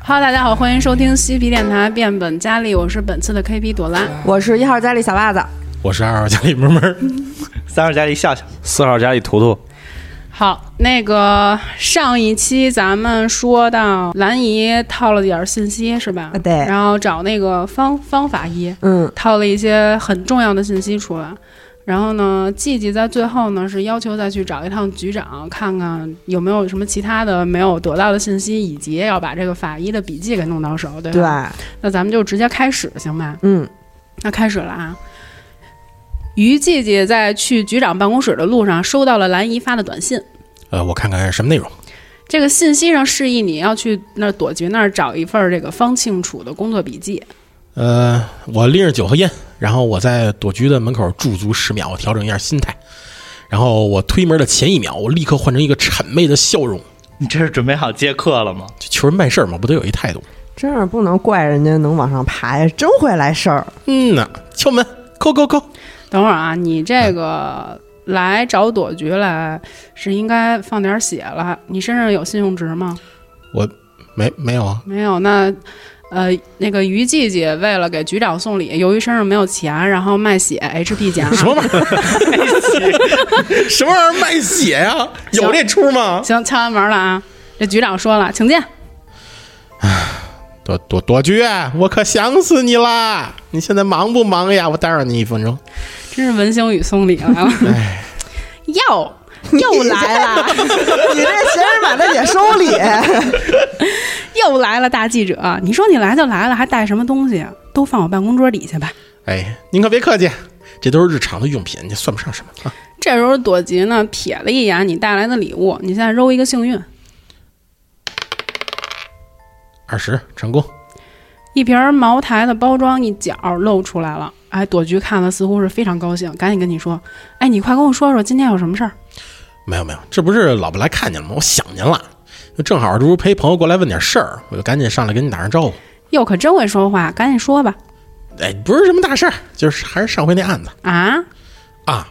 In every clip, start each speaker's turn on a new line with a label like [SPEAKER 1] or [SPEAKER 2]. [SPEAKER 1] Hello，大家好，欢迎收听嬉皮电台变本加厉，我是本次的 KP 朵拉。
[SPEAKER 2] 我是一号佳丽小袜子，
[SPEAKER 3] 我是二号家里门 门，
[SPEAKER 4] 三号家里笑笑，
[SPEAKER 5] 四号家里图图，
[SPEAKER 1] 好，那个上一期咱们说到兰姨套了点儿信息是吧
[SPEAKER 2] 啊？对
[SPEAKER 1] 然后找那个方方法医
[SPEAKER 2] 嗯，
[SPEAKER 1] 套了一些很重要的信息出来。然后呢，季季在最后呢是要求再去找一趟局长，看看有没有什么其他的没有得到的信息，以及要把这个法医的笔记给弄到手，对
[SPEAKER 2] 对，
[SPEAKER 1] 吧？那咱们就直接开始行吧？
[SPEAKER 2] 嗯，
[SPEAKER 1] 那开始了啊。于姐姐在去局长办公室的路上收到了兰姨发的短信，
[SPEAKER 3] 呃，我看看是什么内容。
[SPEAKER 1] 这个信息上示意你要去那儿躲局那儿找一份儿这个方庆楚的工作笔记。
[SPEAKER 3] 呃，我拎着酒和烟，然后我在躲局的门口驻足十秒，调整一下心态。然后我推门的前一秒，我立刻换成一个谄媚的笑容，
[SPEAKER 4] 你这是准备好接客了吗？
[SPEAKER 3] 就求人办事儿嘛，不得有一态度？
[SPEAKER 2] 真是不能怪人家能往上爬呀，真会来事 儿。
[SPEAKER 3] 嗯呐，敲门，扣扣扣。
[SPEAKER 1] 等会儿啊，你这个来找躲局来是应该放点血了。你身上有信用值吗？
[SPEAKER 3] 没没有啊？
[SPEAKER 1] 没有。那呃，那个于姐姐为了给局长送礼，由于身上没有钱，然后卖血 HP 夹。
[SPEAKER 3] 什么玩意儿？什么玩意儿卖血呀、有这出吗？
[SPEAKER 1] 行，敲完门了啊。这局长说了，请进。
[SPEAKER 3] 躲躲躲局，啊我可想死你啦！你现在忙不忙呀？我打扰你一分钟。
[SPEAKER 1] 真是文星宇送礼来了。哟，啊 又来了，
[SPEAKER 2] 你这闲人把他也收礼，
[SPEAKER 1] 又来了，大记者，你说你来就来了，还带什么东西？啊都放我办公桌底下吧。
[SPEAKER 3] 哎，您可别客气，这都是日常的用品，这算不上什么啊。
[SPEAKER 1] 这时候朵吉呢瞥了一眼你带来的礼物，你现在揉一个幸运，
[SPEAKER 3] 二十成功，
[SPEAKER 1] 一瓶茅台的包装一角露出来了。哎，朵菊看了似乎是非常高兴，赶紧跟你说，哎，你快跟我说说今天有什么事儿。
[SPEAKER 3] 没有没有，这不是老婆来看您了吗？我想您了，就正好这不是陪朋友过来问点事儿，我就赶紧上来跟您打声招呼。
[SPEAKER 1] 哟，可真会说话，赶紧说吧。
[SPEAKER 3] 哎，不是什么大事儿，就是还是上回那案子
[SPEAKER 1] 啊，
[SPEAKER 3] 啊，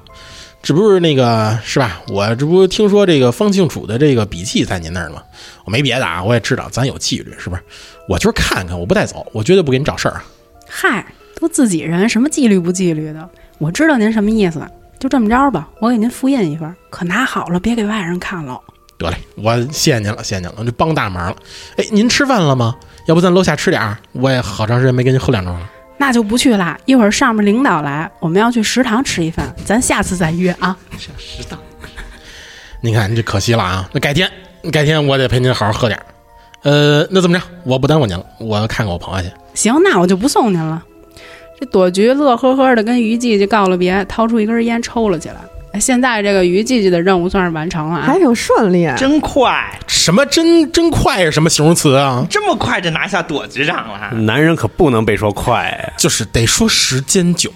[SPEAKER 3] 这不是那个是吧？我这不听说这个方庆楚的这个笔记在您那儿吗？我没别的啊，我也知道咱有纪律，是不是？我就是看看，我不带走，我绝对不给你找事儿啊。
[SPEAKER 1] 嗨，都自己人，什么纪律不纪律的？我知道您什么意思，就这么着吧，我给您复印一份，可拿好了别给外人看喽。
[SPEAKER 3] 得嘞，我谢谢您了，谢谢您了，我就帮大忙了。哎，您吃饭了吗？要不咱楼下吃点儿？我也好长时间没跟您喝两盅了。
[SPEAKER 1] 那就不去啦，一会儿上面领导来，我们要去食堂吃一饭，咱下次再约啊。
[SPEAKER 3] 您看，这可惜了啊！那改天，改天我得陪您好好喝点儿。呃，那怎么着？我不耽误您了，我看看我朋友去。
[SPEAKER 1] 行，那我就不送您了。这朵菊乐呵呵的跟于季季告了别，掏出一根烟抽了起来。哎现在这个于季季的任务算是完成了啊
[SPEAKER 2] 还。挺顺利。
[SPEAKER 4] 真快，
[SPEAKER 3] 什么真真快是什么形容词啊？
[SPEAKER 4] 这么快就拿下躲局长了，
[SPEAKER 5] 男人可不能被说 快，
[SPEAKER 3] 就是得说时间久。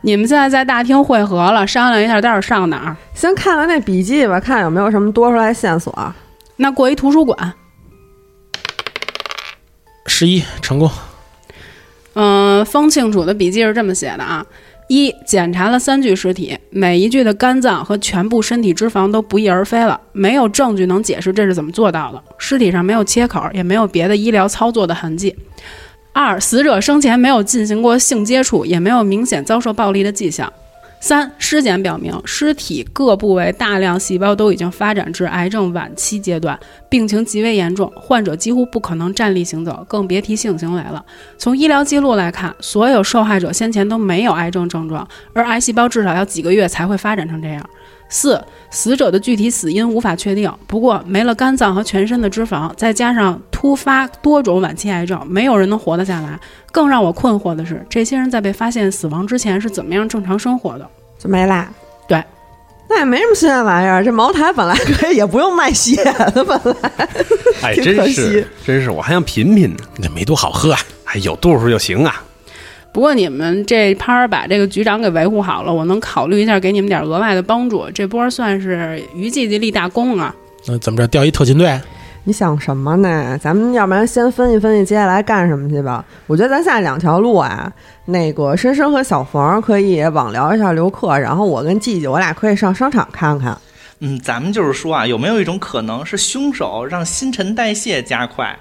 [SPEAKER 1] 你们现在在大厅汇合了，商量一下待会儿上哪儿。
[SPEAKER 2] 先看看那笔记吧，看有没有什么多出来的线索。
[SPEAKER 1] 那过一图书馆，
[SPEAKER 3] 十一成功，
[SPEAKER 1] 嗯，方庆楚的笔记是这么写的啊：一、检查了三具尸体，每一具的肝脏和全部身体脂肪都不翼而飞了，没有证据能解释这是怎么做到的。尸体上没有切口，也没有别的医疗操作的痕迹。二、死者生前没有进行过性接触，也没有明显遭受暴力的迹象。三、尸检表明，尸体各部位大量细胞都已经发展至癌症晚期阶段，病情极为严重，患者几乎不可能站立行走，更别提性行为了。从医疗记录来看，所有受害者先前都没有癌症症状，而癌细胞至少要几个月才会发展成这样。四，死者的具体死因无法确定，不过没了肝脏和全身的脂肪，再加上突发多种晚期癌症，没有人能活得下来。更让我困惑的是，这些人在被发现死亡之前是怎么样正常生活的？
[SPEAKER 2] 就没啦。
[SPEAKER 1] 对，
[SPEAKER 2] 那也没什么新鲜玩意儿。这茅台本来可以，也不用卖血的，本来
[SPEAKER 5] 哎，
[SPEAKER 2] 挺可
[SPEAKER 5] 真
[SPEAKER 2] 惜
[SPEAKER 5] 是真是，我还想品品呢，
[SPEAKER 3] 那没多好喝啊。
[SPEAKER 5] 哎，有度数就行啊。
[SPEAKER 1] 不过你们这拍儿把这个局长给维护好了，我能考虑一下给你们点额外的帮助。这波算是于季季立大功啊！
[SPEAKER 3] 那怎么着？调一特勤队？
[SPEAKER 2] 你想什么呢？咱们要不然先分析分析接下来干什么去吧。我觉得咱下两条路啊，那个深深和小冯可以网聊一下刘克，然后我跟季季，我俩可以上商场看看。
[SPEAKER 4] 嗯，咱们就是说啊，有没有一种可能是凶手让新陈代谢加快，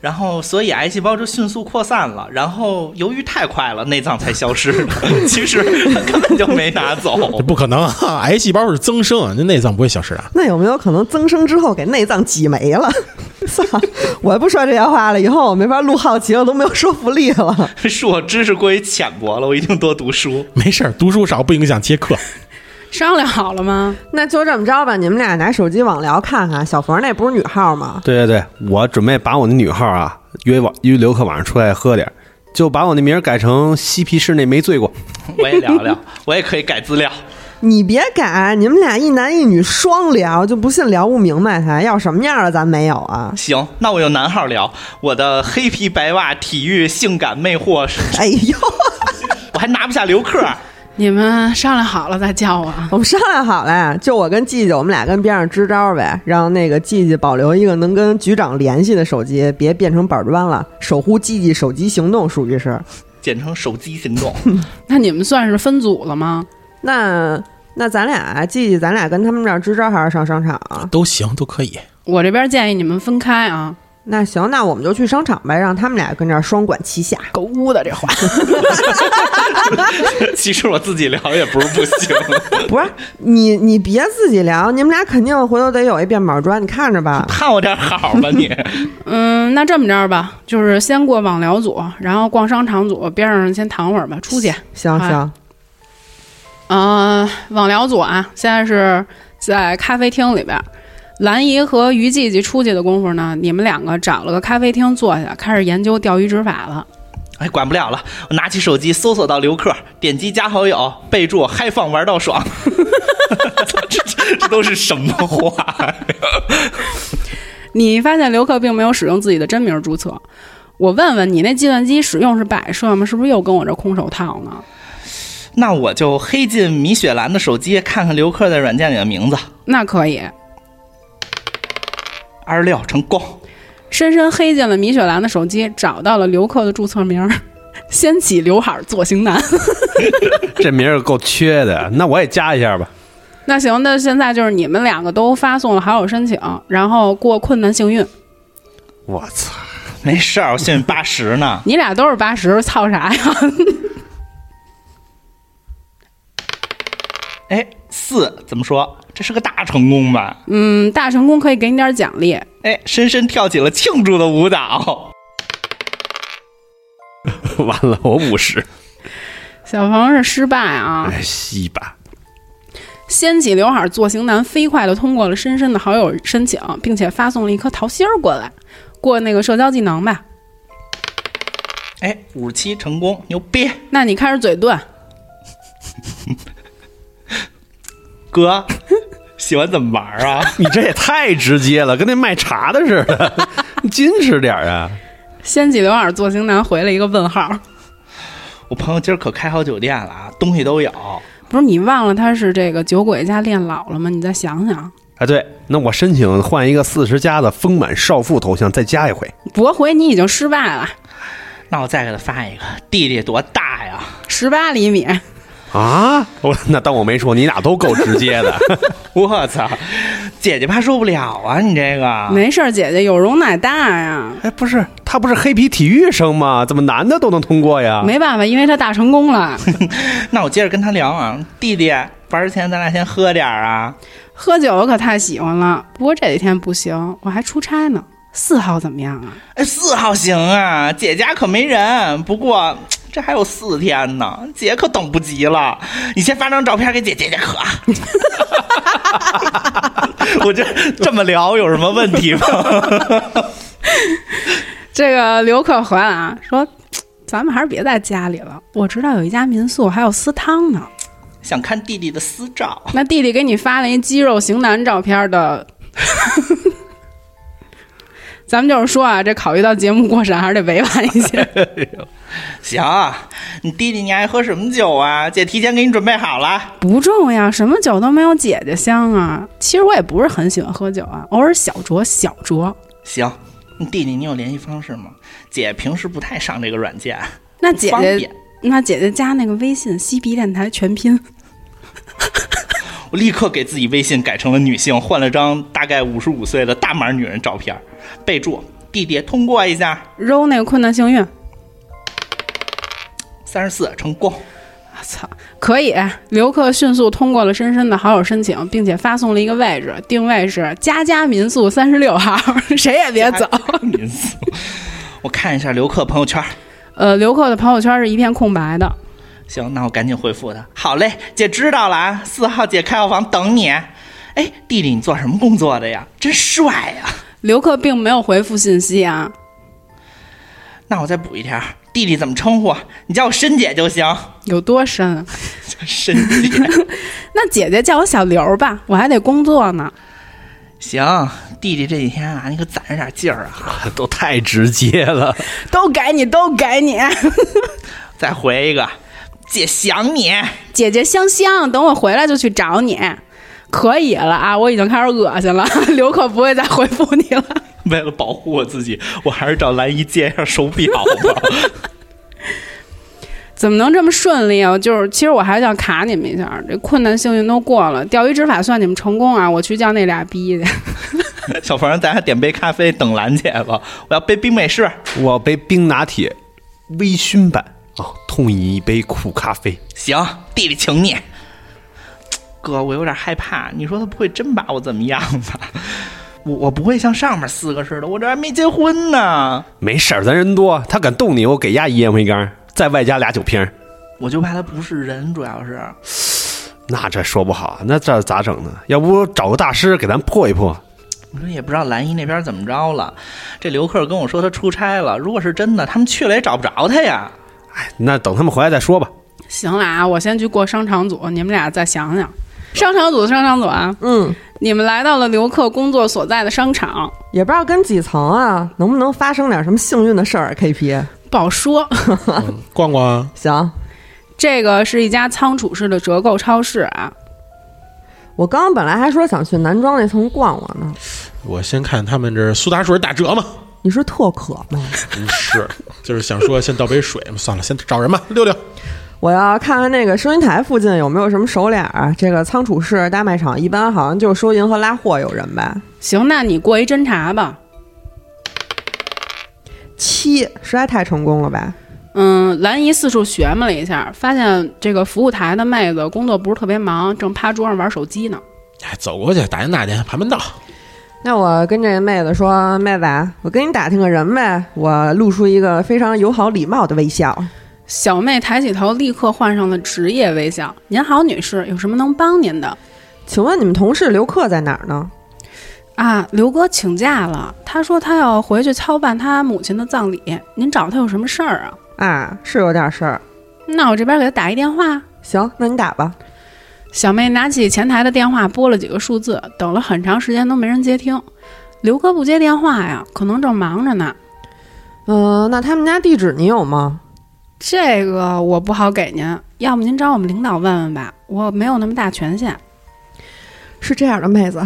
[SPEAKER 4] 然后所以癌细胞就迅速扩散了，然后由于太快了，内脏才消失了。其实他根本就没拿走
[SPEAKER 3] 这。不可能啊！癌细胞是增生啊，那内脏不会消失啊。
[SPEAKER 2] 那有没有可能增生之后给内脏挤没了？ 操！我不说这些话了，以后我没法录好奇了，都没有说服力了。
[SPEAKER 4] 是我知识过于浅薄了，我一定多读书。
[SPEAKER 3] 没事儿，读书少不影响接客。
[SPEAKER 1] 商量好了吗？
[SPEAKER 2] 那就这么着吧，你们俩拿手机网聊看看，小冯那不是女号吗？
[SPEAKER 5] 对对对，我准备把我那女号啊约晚约刘克晚上出来喝点儿，就把我那名儿改成嬉皮士那没醉 过。
[SPEAKER 4] 我也聊聊，我也可以改资料。
[SPEAKER 2] 你别改，你们俩一男一女双聊，就不信聊不明白他要什么样的，咱没有 啊。
[SPEAKER 4] 行，那我用男号聊我的黑皮白袜、体育、性感、魅惑，
[SPEAKER 2] 哎呦，
[SPEAKER 4] 我还拿不下刘克。
[SPEAKER 1] 你们商量好了再叫我啊。
[SPEAKER 2] 我们商量好了，就我跟季季，我们俩跟边上支招呗，让那个季季保留一个能跟局长联系的手机，别变成板砖了，守护季季手机行动，属于是。
[SPEAKER 4] 简称手机行动，
[SPEAKER 1] 那你们算是分组了吗？
[SPEAKER 2] 那那咱俩季季，咱俩跟他们这儿支招还是上商场啊？
[SPEAKER 3] 都行，都可以。
[SPEAKER 1] 我这边建议你们分开啊。
[SPEAKER 2] 那行，那我们就去商场呗，让他们俩跟这儿双管齐下。
[SPEAKER 1] 狗屋的这话，
[SPEAKER 4] 其实我自己聊也不是不 行。
[SPEAKER 2] 不是你，你别自己聊，你们俩肯定回头得有一变板砖，你看着吧。
[SPEAKER 4] 看我点好吧你，
[SPEAKER 1] 嗯，那这么着吧，就是先过网聊组，然后逛商场组，边上先躺会儿吧，出去。
[SPEAKER 2] 行
[SPEAKER 1] 哎
[SPEAKER 2] 行，
[SPEAKER 1] 呃，网聊组啊，现在是在咖啡厅里边。兰姨和于季季出去的功夫呢，你们两个找了个咖啡厅坐下，开始研究钓鱼执法了。
[SPEAKER 4] 哎，管不了了，我拿起手机搜索到刘克，点击加好友，备注嗨放玩到爽。这 这这都是什么话？
[SPEAKER 1] 你发现刘克并没有使用自己的真名注册。我问问你，那计算机使用是摆设吗？是不是又跟我这空手套呢？
[SPEAKER 4] 那我就黑进米雪兰的手机，看看刘克在软件里的名字，
[SPEAKER 1] 那可以，
[SPEAKER 4] 二十六成功。
[SPEAKER 1] 深深黑进了米雪兰的手机，找到了刘克的注册名儿，掀起刘海儿左行男。
[SPEAKER 5] 这名儿够缺的，那我也加一下吧。
[SPEAKER 1] 那行，那现在就是你们两个都发送了好友申请，然后过困难幸运，
[SPEAKER 5] 我操，
[SPEAKER 4] 没事儿，我幸运八十 呢。
[SPEAKER 1] 你俩都是八十，操啥呀？
[SPEAKER 4] 哎，四怎么说？这是个大成功吧？
[SPEAKER 1] 嗯，大成功可以给你点奖励。
[SPEAKER 4] 哎，深深跳起了庆祝的舞 蹈。
[SPEAKER 5] 完了，我五十，
[SPEAKER 1] 小鹏是失败啊，
[SPEAKER 5] 哎，西吧，
[SPEAKER 1] 掀起刘海儿坐行男飞快地通过了深深的好友申请，并且发送了一颗桃心儿过来，过那个社交技能吧。
[SPEAKER 4] 哎，五十七成功，牛逼！
[SPEAKER 1] 那你开始嘴遁，
[SPEAKER 4] 哥，喜欢怎么玩啊？
[SPEAKER 5] 你这也太直接了，跟那卖茶的似的， 你矜持点儿啊！
[SPEAKER 1] 掀起刘海儿坐行男回了一个问号。
[SPEAKER 4] 我朋友今儿可开好酒店了啊，东西都有。
[SPEAKER 1] 不是你忘了他是这个酒鬼加练老了吗？你再想想，
[SPEAKER 5] 哎，对，那我申请换一个四十加的丰满少妇头像，再加一回。
[SPEAKER 1] 驳回你已经失败了，
[SPEAKER 4] 那我再给他发一个，弟弟多大呀？
[SPEAKER 1] 十八厘米。
[SPEAKER 5] 啊， 我那当我没说，你俩都够直接的。
[SPEAKER 4] 我操，姐姐怕受不了啊！你这个
[SPEAKER 1] 没事儿，姐姐有容乃大呀。
[SPEAKER 5] 哎，不是， 他不是黑皮体育生吗？怎么男的都能通过呀？
[SPEAKER 1] 没办法，因为他大成功了。
[SPEAKER 4] 那我接着跟他聊啊，弟弟玩之前咱俩先喝点儿啊。
[SPEAKER 1] 喝酒我可太喜欢了，不过这几天不行，我还出差呢。四号怎么样啊？
[SPEAKER 4] 哎，四号行啊，姐家可没人，不过。这还有四天呢，姐可等不及了。你先发张照片给姐姐姐可。 我这这么聊有什么问题吗？
[SPEAKER 1] 这个刘可回来啊，说咱们还是别在家里了。我知道有一家民宿还有私汤呢。
[SPEAKER 4] 想看弟弟的私照，
[SPEAKER 1] 那弟弟给你发了一肌肉型男照片的。 咱们就是说啊，这考虑到节目过审，还是得委婉一 些。
[SPEAKER 4] 行，你弟弟你爱喝什么酒啊？姐提前给你准备好了。
[SPEAKER 1] 不重要，什么酒都没有姐姐香啊。其实我也不是很喜欢喝酒啊，偶尔小酌小酌。
[SPEAKER 4] 行，你弟弟你有联系方式吗？姐平时不太上这个软件，
[SPEAKER 1] 那姐
[SPEAKER 4] 方
[SPEAKER 1] 姐
[SPEAKER 4] 便。
[SPEAKER 1] 那姐姐加那个微信“西皮电台”全拼，
[SPEAKER 4] 我立刻给自己微信改成了女性，换了张大概五十五岁的大码女人照片，备注地点通过一下，
[SPEAKER 1] 揉那个困难幸运，
[SPEAKER 4] 三十四成功。
[SPEAKER 1] 我操，可以！刘克迅速通过了深深的好友申请，并且发送了一个位置，定位是佳佳民宿三十六号， 谁也别走。
[SPEAKER 4] 民宿，我看一下刘克朋友圈。
[SPEAKER 1] 呃，刘克的朋友圈是一片空白的。
[SPEAKER 4] 行，那我赶紧回复他。好嘞，姐知道了啊，四号姐开药房等你。哎，弟弟，你做什么工作的呀？真帅啊呀！
[SPEAKER 1] 刘克并没有回复信息啊。
[SPEAKER 4] 那我再补一条，弟弟怎么称呼？你叫我申姐就行。
[SPEAKER 1] 有多深？
[SPEAKER 4] 申姐，
[SPEAKER 1] 那姐姐叫我小刘吧，我还得工作呢。
[SPEAKER 4] 行，弟弟这几天啊，你可攒着点劲儿啊，
[SPEAKER 5] 都太直接了。
[SPEAKER 1] 都改你，都改你。
[SPEAKER 4] 再回一个，姐想你。
[SPEAKER 1] 姐姐香香，等我回来就去找你。可以了啊，我已经开始恶心了。 刘克不会再回复你了。
[SPEAKER 4] 为了保护我自己，我还是找兰姨借一下手表吧。
[SPEAKER 1] 怎么能这么顺利啊？就是其实我还想卡你们一下，这困难幸运都过了，钓鱼执法算你们成功啊！我去叫那俩逼去。
[SPEAKER 4] 小冯，咱俩点杯咖啡，等兰姐吧。我要杯冰美式。
[SPEAKER 5] 我杯冰拿铁，微醺版哦，痛饮一杯苦咖啡。
[SPEAKER 4] 行，弟弟请你。哥，我有点害怕，你说他不会真把我怎么样吧？ 我我不会像上面四个似的，我这还没结婚呢，
[SPEAKER 5] 没事儿，咱人多，他敢动你，我给丫一烟灰缸，再外加俩酒瓶儿，
[SPEAKER 4] 我就怕他不是人，主要是。
[SPEAKER 5] 那这说不好，那这咋整呢？要不找个大师给咱破一破？
[SPEAKER 4] 你说也不知道兰姨那边怎么着了，这刘克跟我说他出差了，如果是真的，他们去了也找不着他呀。
[SPEAKER 5] 哎，那等他们回来再说吧。
[SPEAKER 1] 行了啊，我先去过商场组，你们俩再想想。商场组，商场组啊！
[SPEAKER 2] 嗯，
[SPEAKER 1] 你们来到了刘克工作所在的商场，
[SPEAKER 2] 也不知道跟几层啊，能不能发生点什么幸运的事儿？KP，啊
[SPEAKER 1] 不好说。
[SPEAKER 3] 嗯逛逛啊，
[SPEAKER 2] 行，
[SPEAKER 1] 这个是一家仓储式的折扣超市啊，
[SPEAKER 2] 我刚刚本来还说想去男装那层逛逛呢，
[SPEAKER 3] 我先看他们这苏打水打折吗？
[SPEAKER 2] 你是特渴吗？
[SPEAKER 3] 不是， 就是想说先倒杯水，算了，先找人吧，溜溜。
[SPEAKER 2] 我要看看那个收银台附近有没有什么手脸儿。啊这个仓储式大卖场一般好像就收银和拉货有人吧。
[SPEAKER 1] 行，那你过一侦查吧。
[SPEAKER 2] 七实在太成功了吧？
[SPEAKER 1] 嗯，兰姨四处学摸了一下，发现这个服务台的妹子工作不是特别忙，正趴桌上玩手机呢。
[SPEAKER 3] 哎，走过去打听打听，盘盘道。
[SPEAKER 2] 那我跟这妹子说，妹子啊，我跟你打听个人呗。我露出一个非常友好礼貌的微笑。
[SPEAKER 1] 小妹抬起头，立刻换上了职业微笑。您好，女士，有什么能帮您的？
[SPEAKER 2] 请问你们同事刘克在哪儿呢？
[SPEAKER 1] 啊，刘哥请假了，他说他要回去操办他母亲的葬礼。您找他有什么事儿啊？
[SPEAKER 2] 啊，是有点事儿。
[SPEAKER 1] 那我这边给他打一电话。
[SPEAKER 2] 行，那你打吧。
[SPEAKER 1] 小妹拿起前台的电话拨了几个数字，等了很长时间都没人接听。刘哥不接电话呀，可能正忙着呢。
[SPEAKER 2] 嗯、那他们家地址你有吗？
[SPEAKER 1] 这个我不好给您，要不您找我们领导问问吧，我没有那么大权限。
[SPEAKER 2] 是这样的，妹子，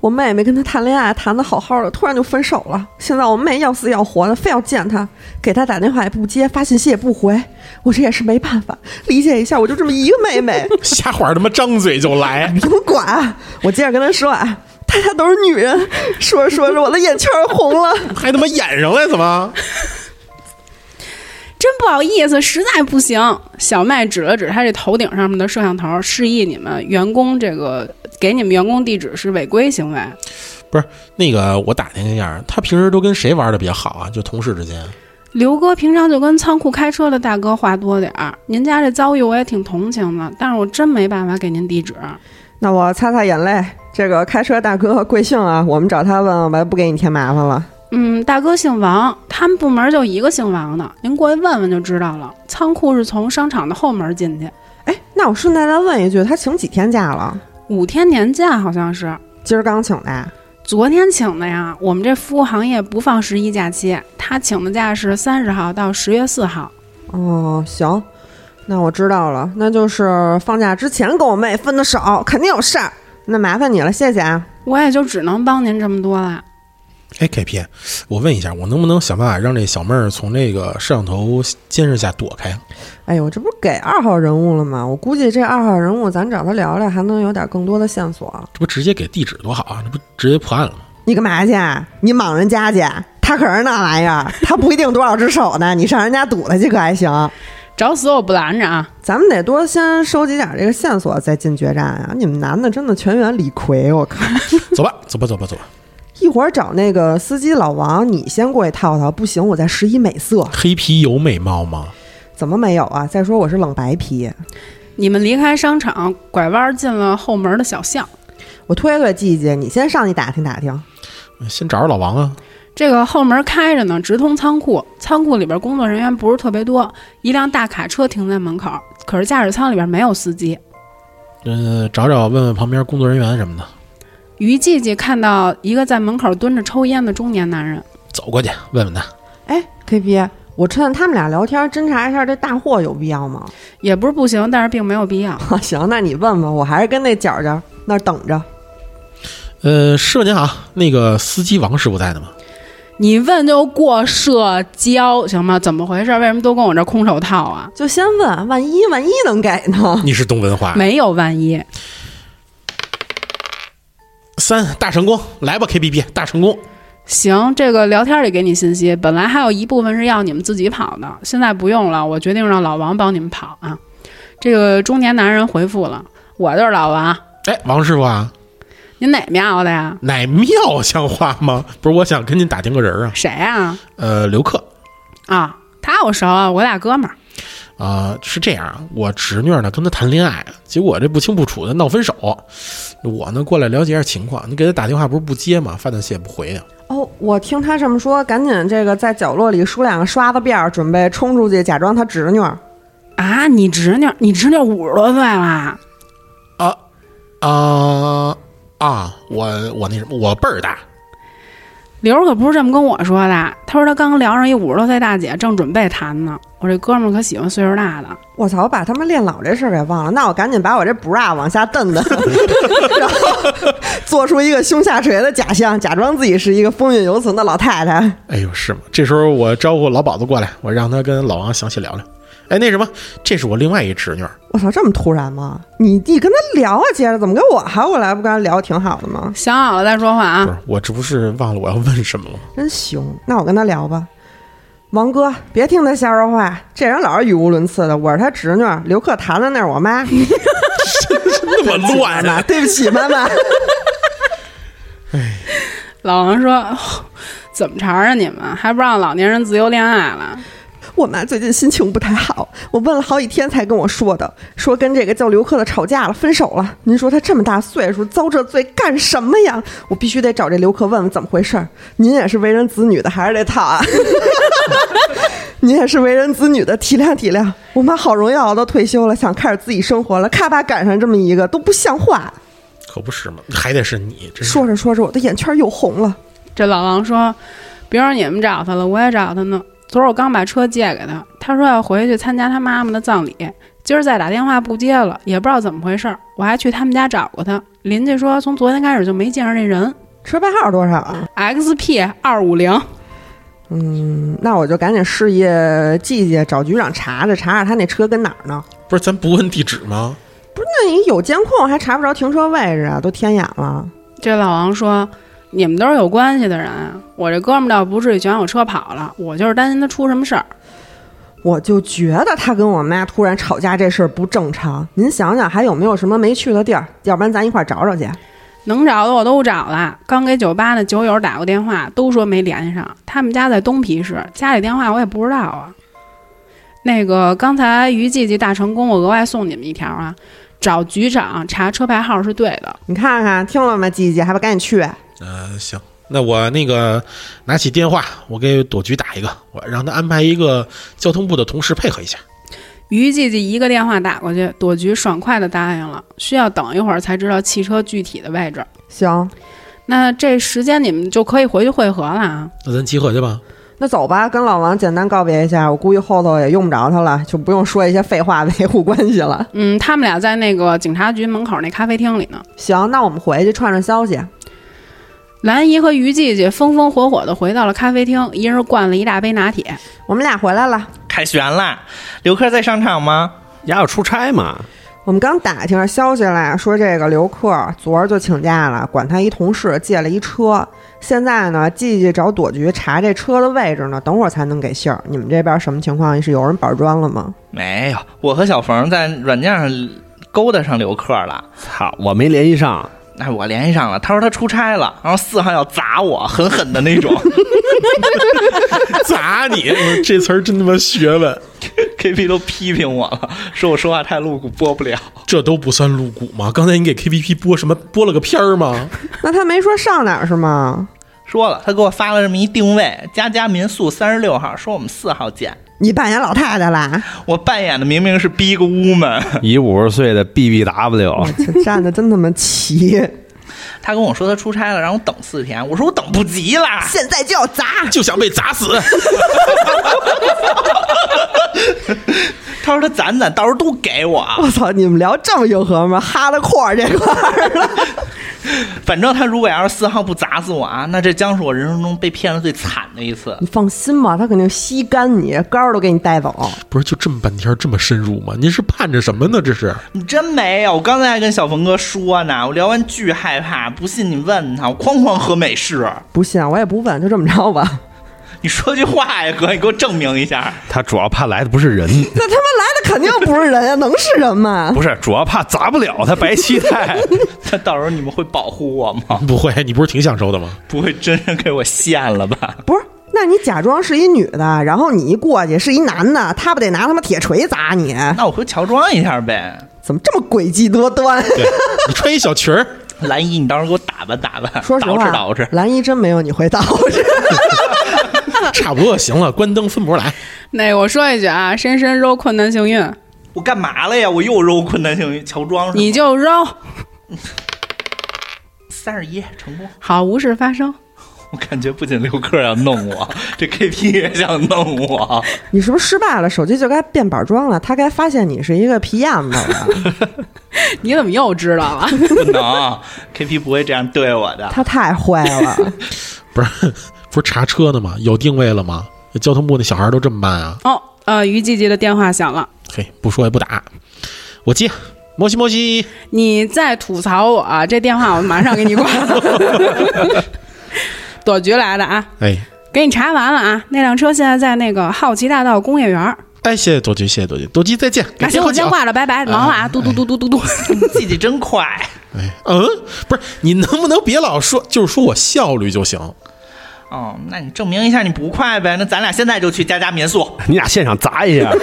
[SPEAKER 2] 我妹妹跟他谈恋爱谈的好好的，突然就分手了。现在我妹要死要活的，非要见他，给他打电话也不接，发信息也不回。我这也是没办法，理解一下，我就这么一个妹妹，
[SPEAKER 3] 瞎话儿他妈张嘴就 来，
[SPEAKER 2] 你甭管。我接着跟他说啊，大家都是女人。说着说着，我的眼圈红了。
[SPEAKER 3] 还他妈演上了怎么？
[SPEAKER 1] 真不好意思，实在不行。小麦指了指他这头顶上面的摄像头，示意你们员工这个给你们员工地址是违规行为。
[SPEAKER 3] 那个我打听一下，他平时都跟谁玩的比较好啊？就同事之间，
[SPEAKER 1] 刘哥平常就跟仓库开车的大哥话多点儿，您家这遭遇我也挺同情的，但是我真没办法给您地址。
[SPEAKER 2] 那我擦擦眼泪。这个开车大哥贵姓啊？我们找他问问吧，不给你添麻烦了。
[SPEAKER 1] 嗯，大哥姓王，他们部门就一个姓王的，您过去问问就知道了。仓库是从商场的后门进去，
[SPEAKER 2] 哎，那我顺带再问一句，他请几天假了？
[SPEAKER 1] 五天年假好像是，
[SPEAKER 2] 今儿刚请的啊。
[SPEAKER 1] 昨天请的呀。我们这服务行业不放十一假期，他请的假是三十号到十月四号。
[SPEAKER 2] 哦，行，那我知道了，那就是放假之前跟我妹分的手，肯定有事儿。那麻烦你了，谢谢啊。
[SPEAKER 1] 我也就只能帮您这么多了。
[SPEAKER 3] 哎，K P，我问一下，我能不能想办法让这小妹儿从这个摄像头监视下躲开啊？
[SPEAKER 2] 哎呦，这不是给二号人物了吗？我估计这二号人物，咱找他聊聊，还能有点更多的线索。
[SPEAKER 3] 这不直接给地址多好啊？这不直接破案了吗？
[SPEAKER 2] 你干嘛去？啊你莽人家去？他可是那玩意儿，他不一定多少只手呢。你上人家堵他去可还行？
[SPEAKER 1] 找死我不拦着啊！
[SPEAKER 2] 咱们得多先收集点这个线索，再进决战啊！你们男的真的全员李逵，我靠！
[SPEAKER 3] 走吧，走吧，走吧，走吧。
[SPEAKER 2] 一会儿找那个司机老王，你先过去套套，不行我再拾一美色。
[SPEAKER 3] 黑皮有美貌吗？
[SPEAKER 2] 怎么没有啊？再说我是冷白皮，
[SPEAKER 1] 你们离开商场，拐弯进了后门的小巷。
[SPEAKER 2] 我推推季季，你先上去打听打听。
[SPEAKER 3] 先找着老王啊！
[SPEAKER 1] 这个后门开着呢，直通仓库。仓库里边工作人员不是特别多，一辆大卡车停在门口，可是驾驶舱里边没有司机。
[SPEAKER 3] 嗯、找找问问旁边工作人员什么的，
[SPEAKER 1] 于季季看到一个在门口蹲着抽烟的中年男人，
[SPEAKER 3] 走过去问问他。
[SPEAKER 2] 哎，K P，我趁他们俩聊天侦查一下这大货有必要吗？
[SPEAKER 1] 也不是不行，但是并没有必要。
[SPEAKER 2] 行，那你问问，我还是跟那角角那儿等着。
[SPEAKER 3] 呃，师傅您好，那个司机王师傅在呢吗？
[SPEAKER 1] 你问就过社交行吗？怎么回事？为什么都跟我这空手套啊？
[SPEAKER 2] 就先问，万一万一能给呢？
[SPEAKER 3] 你是懂文化
[SPEAKER 1] 没有万一，
[SPEAKER 3] 三大成功，来吧 K P P 大成功。
[SPEAKER 1] 行，这个聊天里给你信息，本来还有一部分是要你们自己跑的，现在不用了，我决定让老王帮你们跑啊。这个中年男人回复了：“我就是老王，
[SPEAKER 3] 哎，王师傅啊，
[SPEAKER 1] 您哪啊庙的呀？
[SPEAKER 3] 乃庙像话吗？不是，我想跟您打听个人啊。
[SPEAKER 1] 谁呀、
[SPEAKER 3] 呃，刘克
[SPEAKER 1] 啊？啊，他我熟啊，我俩哥们儿。
[SPEAKER 3] 啊、是这样啊，我侄女呢跟他谈恋爱，结果这不清不楚的闹分手，我呢过来了解一下情况。你给他打电话不是不接吗？发短信也不回呀、啊
[SPEAKER 2] 哦，我听他这么说，赶紧这个在角落里梳两个刷子辫儿，准备冲出去假装他侄女儿。
[SPEAKER 1] 啊，你侄女，你侄女五十多岁了，
[SPEAKER 3] 啊啊啊！我我那什么，我辈儿大，
[SPEAKER 1] 刘儿可不是这么跟我说的。他说他刚聊上一五十多岁大姐，正准备谈呢。我这哥们儿可喜欢岁数大的，
[SPEAKER 2] 我操！我把他们练老这事儿给忘了，那我赶紧把我这 bra 往下蹬 蹬，然后做出一个胸下垂的假象，假装自己是一个风韵犹存的老太太。
[SPEAKER 3] 哎呦，是吗？这时候我招呼老鸨子过来，我让他跟老王详细聊聊。哎，那什么，这是我另外一侄女儿，
[SPEAKER 2] 我操，这么突然吗？你你跟他聊啊，接着怎么跟我还我来不跟他聊挺好的吗？
[SPEAKER 1] 想好了再说话
[SPEAKER 3] 不
[SPEAKER 1] 啊。
[SPEAKER 3] 是我，这不是忘了我要问什么了吗？
[SPEAKER 2] 真凶！那我跟他聊吧。王哥，别听他瞎说话，这人老是语无伦次的。我是他侄女，刘克谈的那是我妈。
[SPEAKER 3] 那么
[SPEAKER 2] 妈
[SPEAKER 3] 乱
[SPEAKER 2] 妈，
[SPEAKER 3] 啊！
[SPEAKER 2] 对不起，妈妈。
[SPEAKER 1] 老王说：“哦怎么茬儿啊你们？还不让老年人自由恋爱了？
[SPEAKER 2] 我妈最近心情不太好，我问了好几天才跟我说的，说跟这个叫刘克的吵架了，分手了。您说她这么大岁数，遭这罪干什么呀？我必须得找这刘克问问怎么回事儿。您也是为人子女的，还是得套啊。 您也是为人子女的，体谅体谅。我妈好容易熬到退休了，想开始自己生活了，咔吧赶上这么一个，都不像话。
[SPEAKER 3] 可不是嘛，还得是你，真是
[SPEAKER 2] 说着说着，我的眼圈又红了。
[SPEAKER 1] 这老王说：“别说你们找他了，我也找他呢。昨儿我刚把车借给他，他说要回去参加他妈妈的葬礼，今儿再打电话不接了，也不知道怎么回事儿。我还去他们家找过他，邻居说从昨天开始就没见着这人。
[SPEAKER 2] 车牌号多少啊？
[SPEAKER 1] XP 二五零，
[SPEAKER 2] 嗯，那我就赶紧示意季季找局长查查查查他那车跟哪儿呢。
[SPEAKER 3] 不是咱不问地址吗？
[SPEAKER 2] 那你有监控还查不着停车位置啊？都天眼了。
[SPEAKER 1] 这老王说：“你们都是有关系的人啊，我这哥们儿倒不至于全我车跑了，我就是担心他出什么事儿。
[SPEAKER 2] 我就觉得他跟我妈突然吵架这事儿不正常。您想想还有没有什么没去的地儿？要不然咱一块儿找找去。
[SPEAKER 1] 能找的我都找了，刚给酒吧那酒友打过电话，都说没联系上。他们家在东皮市，家里电话我也不知道啊。那个刚才于季季大成功，我额外送你们一条啊，找局长查车牌号是对的。
[SPEAKER 2] 你看看，听了吗？季季，还不赶紧去？
[SPEAKER 3] 呃，行，那我那个拿起电话，我给朵菊打一个，我让他安排一个交通部的同事配合一下。
[SPEAKER 1] 于季季一个电话打过去，朵菊爽快的答应了，需要等一会儿才知道汽车具体的位置。
[SPEAKER 2] 行，
[SPEAKER 1] 那这时间你们就可以回去汇合了啊。
[SPEAKER 3] 那咱集合去 吧。
[SPEAKER 2] 那走吧，跟老王简单告别一下。我估计后头也用不着他了，就不用说一些废话 维护关系了。
[SPEAKER 1] 嗯，他们俩在那个警察局门口那咖啡厅里呢。
[SPEAKER 2] 行，那我们回去串串消息。
[SPEAKER 1] 兰姨和于季季风风火火地回到了咖啡厅，一人灌了一大杯拿铁。
[SPEAKER 2] 我们俩回来了，
[SPEAKER 4] 凯旋啦！刘科在商场吗？
[SPEAKER 5] 丫有出差嘛，
[SPEAKER 2] 我们刚打听消息来，说这个刘克昨儿就请假了，管他一同事借了一车。现在呢，季季找躲局查这车的位置呢，等会儿才能给信儿。你们这边什么情况？是有人板砖了吗？
[SPEAKER 4] 没有，我和小冯在软件上勾搭上刘克了。
[SPEAKER 5] 操，我没联系上，
[SPEAKER 4] 哎，我联系上了，他说他出差了，然后四号要砸我，狠狠的那种。
[SPEAKER 3] 砸你！我这词儿真他妈学问，
[SPEAKER 4] K P 都批评我了，说我说话太露骨，播不了。
[SPEAKER 3] 这都不算露骨吗？刚才你给 KPP 播什么？播了个片儿吗？
[SPEAKER 2] 那他没说上哪儿是吗？
[SPEAKER 4] 说了，他给我发了这么一定位，佳佳民宿三十六号，说我们四号见。
[SPEAKER 2] 你扮演老太太啦？
[SPEAKER 4] 我扮演的明明是 Big Woman，
[SPEAKER 5] 以五十岁的 B B W，
[SPEAKER 2] 这站的真他妈齐，
[SPEAKER 4] 他跟我说他出差了，让我等四天。我说我等不及了，
[SPEAKER 2] 现在就要砸！
[SPEAKER 3] 就想被砸死。
[SPEAKER 4] 他说他攒攒，到时候都给我。
[SPEAKER 2] 我操，你们聊这么硬核吗？哈了块儿这块儿了，
[SPEAKER 4] 反正他如果要是四号不砸死我啊，那这将是我人生中被骗的最惨的一次。
[SPEAKER 2] 你放心吧，他肯定吸干你，杆儿都给你带走。
[SPEAKER 3] 不是，就这么半天这么深入吗？您是盼着什么呢？这是
[SPEAKER 4] 你真没有，我刚才还跟小冯哥说呢，我聊完巨害怕，不信你问他，我哐哐喝美式。
[SPEAKER 2] 不信，我也不问，就这么着吧。
[SPEAKER 4] 你说句话呀，哥，你给我证明一下。
[SPEAKER 5] 他主要怕来的不是人，
[SPEAKER 2] 那他妈来的肯定不是人呀，能是人吗？
[SPEAKER 5] 不是主要怕砸不了他白期待。
[SPEAKER 4] 那 到时候你们会保护我吗？
[SPEAKER 3] 不会，你不是挺享受的 吗？
[SPEAKER 4] 不会真是给我陷了吧？
[SPEAKER 2] 不是，那你假装是一女的，然后你一过去是一男的，他不得拿他妈铁锤砸你？
[SPEAKER 4] 那我回乔装一下呗。
[SPEAKER 2] 怎么这么诡计多端？
[SPEAKER 3] 对你穿一小裙儿，
[SPEAKER 4] 蓝姨，你到时候给我打扮打扮，
[SPEAKER 2] 说实
[SPEAKER 4] 捯
[SPEAKER 2] 话
[SPEAKER 4] 饬捯饬。
[SPEAKER 2] 蓝姨真没有你会捯饬。
[SPEAKER 3] 差不多行了，关灯分不来。
[SPEAKER 1] 那我说一句啊，深深揉困难幸运，
[SPEAKER 4] 我干嘛了呀？我又揉困难性乔装是吗？
[SPEAKER 1] 你就揉，
[SPEAKER 4] 三十一成功。
[SPEAKER 1] 好无事发生。
[SPEAKER 4] 我感觉不仅刘克要弄我， 这 KP 也想弄我。
[SPEAKER 2] 你是不是失败了？手机就该变板砖了，他该发现你是一个皮样子 了。
[SPEAKER 1] 你怎么又知道了？
[SPEAKER 4] 不能，KP 不会这样对我的。
[SPEAKER 2] 他太坏了，
[SPEAKER 3] 不是，不是查车呢吗？有定位了吗？交通部那小孩都这么慢啊？
[SPEAKER 1] 哦，呃，于季季的电话响了，
[SPEAKER 3] 嘿，不说也不打，我接。摩西摩西，
[SPEAKER 1] 你再吐槽我、啊这电话，我马上给你挂。 躲局来的啊，
[SPEAKER 3] 哎
[SPEAKER 1] 给你查完了啊。那辆车现在在那个好奇大道工业园儿。
[SPEAKER 3] 哎，谢谢朵吉，谢谢朵吉，朵吉再见。
[SPEAKER 1] 那
[SPEAKER 3] 改天
[SPEAKER 1] 行，
[SPEAKER 3] 喝
[SPEAKER 1] 我先
[SPEAKER 3] 酒
[SPEAKER 1] 挂了，拜拜，忙了啊，嘟嘟嘟嘟嘟 嘟。
[SPEAKER 4] 记得真快。
[SPEAKER 3] 哎，嗯，不是，你能不能别老说，就是说我效率就 行。
[SPEAKER 4] 哦，那你证明一下你不快呗？ 那咱俩现在就去佳佳民宿。
[SPEAKER 5] 你俩现场砸一下，
[SPEAKER 3] 不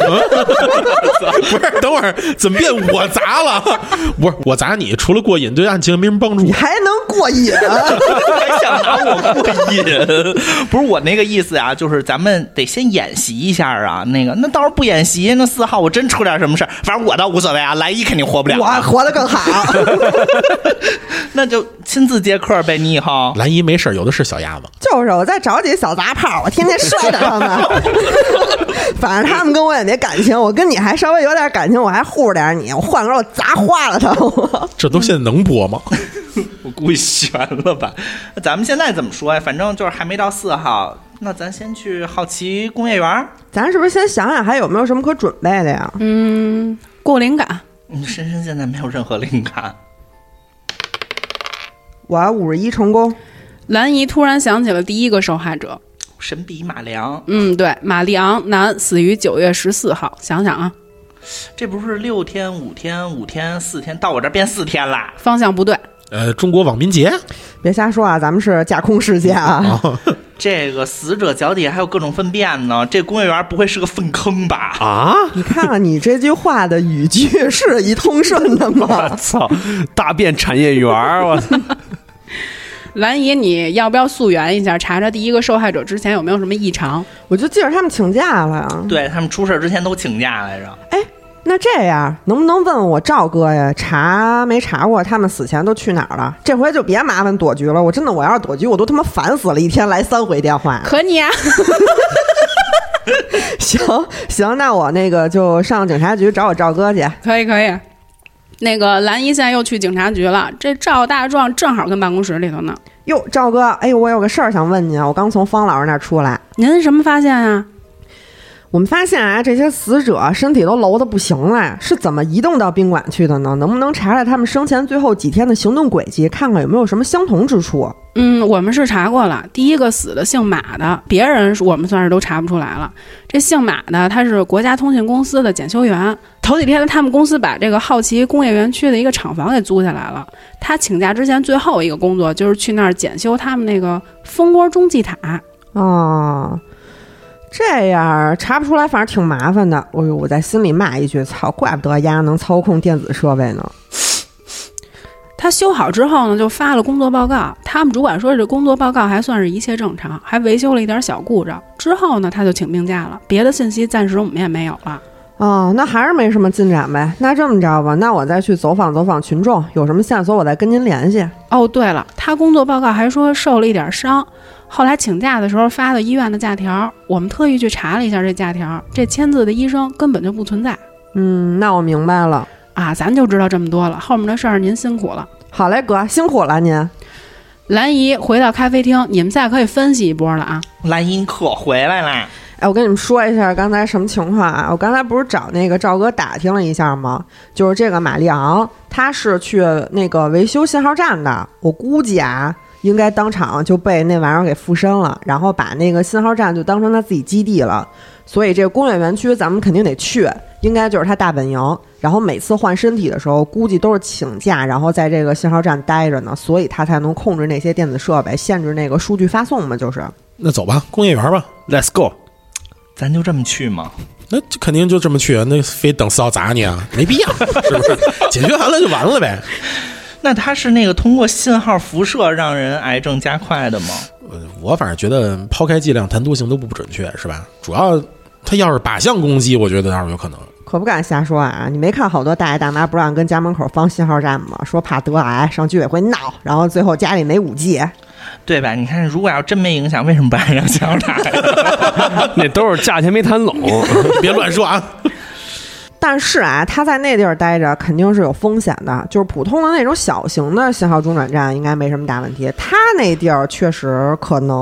[SPEAKER 3] 是，等会儿怎么变我砸了？ 不是我砸你，除了过瘾，对案情没什么帮助
[SPEAKER 2] 你。还能过瘾？
[SPEAKER 4] 还想拿我过瘾？不是我那个意思啊，就是咱们得先演习一下啊。那个，那到时候不演习，那四号我真出点什么事儿，反正我倒无所谓啊。来一肯定活不了
[SPEAKER 2] 我
[SPEAKER 4] 啊，
[SPEAKER 2] 活得更好。
[SPEAKER 4] 那就亲自接客呗。你以后
[SPEAKER 3] 兰姨没事儿，有的是小鸭子。
[SPEAKER 2] 就是我再找几个小杂炮，我天天摔着他们。 反正他们跟我也没感情，我跟你还稍微有点感情，我还护着点你。我换个我砸花了他们。
[SPEAKER 3] 这都现在能播吗？
[SPEAKER 4] 我估计悬了吧？那咱们现在怎么说呀、反正就是还没到四号，那咱先去好奇工业园儿。
[SPEAKER 2] 咱是不是先想想还有没有什么可准备的呀？
[SPEAKER 1] 嗯，过灵感，
[SPEAKER 4] 嗯，深深现在没有任何灵感，
[SPEAKER 2] 我五十一成功，
[SPEAKER 1] 兰姨突然想起了第一个受害者。
[SPEAKER 4] 神笔马良，
[SPEAKER 1] 嗯，对，马利昂男死于九月十四号。想想啊，
[SPEAKER 4] 这不是六天、五天、五天、四天，到我这儿变四天啦。
[SPEAKER 1] 方向不对。
[SPEAKER 3] 呃，中国网民节
[SPEAKER 2] 别瞎说啊，咱们是架空世界啊。
[SPEAKER 4] 这个死者脚底还有各种粪便呢，这工业园不会是个粪坑吧？
[SPEAKER 5] 啊！
[SPEAKER 2] 你看看你这句话的语句是一通顺的
[SPEAKER 5] 我
[SPEAKER 2] 吗？
[SPEAKER 5] 操，大变产业园儿，我操！
[SPEAKER 1] 兰姨，你要不要溯源一下，查查第一个受害者之前有没有什么异常？
[SPEAKER 2] 我就记着他们请假了呀。
[SPEAKER 4] 对他们出事儿之前都请假来着，
[SPEAKER 2] 那这样能不能问我赵哥呀？查没查过他们死前都去哪儿了？这回就别麻烦躲局了。我真的我要是躲局，我都他妈烦死了，一天来三回电 话。
[SPEAKER 1] 可你啊，
[SPEAKER 2] 行行，那我那个就上警察局找我赵哥去。
[SPEAKER 1] 可以可以。啊那个兰姨现在又去警察局了，这赵大壮正好跟办公室里头呢。
[SPEAKER 2] 哟，赵哥，哎呦，我有个事儿想问您啊，我刚从方老师那儿出来，
[SPEAKER 1] 您什么发现啊呀、
[SPEAKER 2] 我们发现啊，这些死者身体都楼的不行了，是怎么移动到宾馆去的呢？能不能查查他们生前最后几天的行动轨迹，看看有没有什么相同之处？
[SPEAKER 1] 嗯，我们是查过了，第一个死的姓马的，别人我们算是都查不出来了。这姓马的，他是国家通信公司的检修员。头几天，他们公司把这个好奇工业园区的一个厂房给租下来了。他请假之前最后一个工作就是去那儿检修他们那个蜂窝中继塔。
[SPEAKER 2] 哦，这样查不出来，反正挺麻烦的。哎呦，我在心里骂一句：操，怪不得丫能操控电子设备呢。
[SPEAKER 1] 他修好之后呢，就发了工作报告。他们主管说这工作报告还算是一切正常，还维修了一点小故障。之后呢，他就请病假了，别的信息暂时我们也没有了。
[SPEAKER 2] 哦，那还是没什么进展呗。那这么着吧，那我再去走访走访群众，有什么线索我再跟您联系。
[SPEAKER 1] 哦，对了，他工作报告还说受了一点伤，后来请假的时候发的医院的假条，我们特意去查了一下这假条，这签字的医生根本就不存在
[SPEAKER 2] 嗯，那我明白了。
[SPEAKER 1] 啊！咱就知道这么多了，后面的事儿您辛苦了。
[SPEAKER 2] 好嘞，哥，辛苦了您。
[SPEAKER 1] 兰姨回到咖啡厅，你们再可以分析一波了啊！
[SPEAKER 4] 蓝茵可回来啦！
[SPEAKER 2] 哎，我跟你们说一下刚才什么情况啊？我刚才不是找那个赵哥打听了一下吗？就是这个马里昂，他是去那个维修信号站的，我估计啊，应该当场就被那玩意儿给附身了，然后把那个信号站就当成他自己基地了。所以这个工业园区咱们肯定得去，应该就是他大本营。然后每次换身体的时候，估计都是请假，然后在这个信号站待着呢，所以他才能控制那些电子设备，限制那个数据发送嘛，就是。
[SPEAKER 3] 那走吧，工业园吧，
[SPEAKER 5] Let's go，
[SPEAKER 4] 咱就这么去吗？
[SPEAKER 3] 那就肯定就这么去，啊那非等四号砸你啊，没必要，是不是？解决完了就完了呗。
[SPEAKER 4] 那他是那个通过信号辐射让人癌症加快的吗？
[SPEAKER 3] 我反正觉得抛开剂量、谈毒性都不准确，是吧？主要他要是靶向攻击，我觉得倒是有可能。
[SPEAKER 2] 可不敢瞎说啊！你没看好多大爷大妈不让跟家门口放信号站吗？说怕得癌，上居委会闹，然后最后家里没五 G。
[SPEAKER 4] 对吧？你看，如果要真没影响，为什么不爱上小塔？
[SPEAKER 5] 那都是价钱没谈拢。
[SPEAKER 3] 别乱说啊！
[SPEAKER 2] 但是啊，他在那地儿待着肯定是有风险的，就是普通的那种小型的信号中转站应该没什么大问题。他那地儿确实可能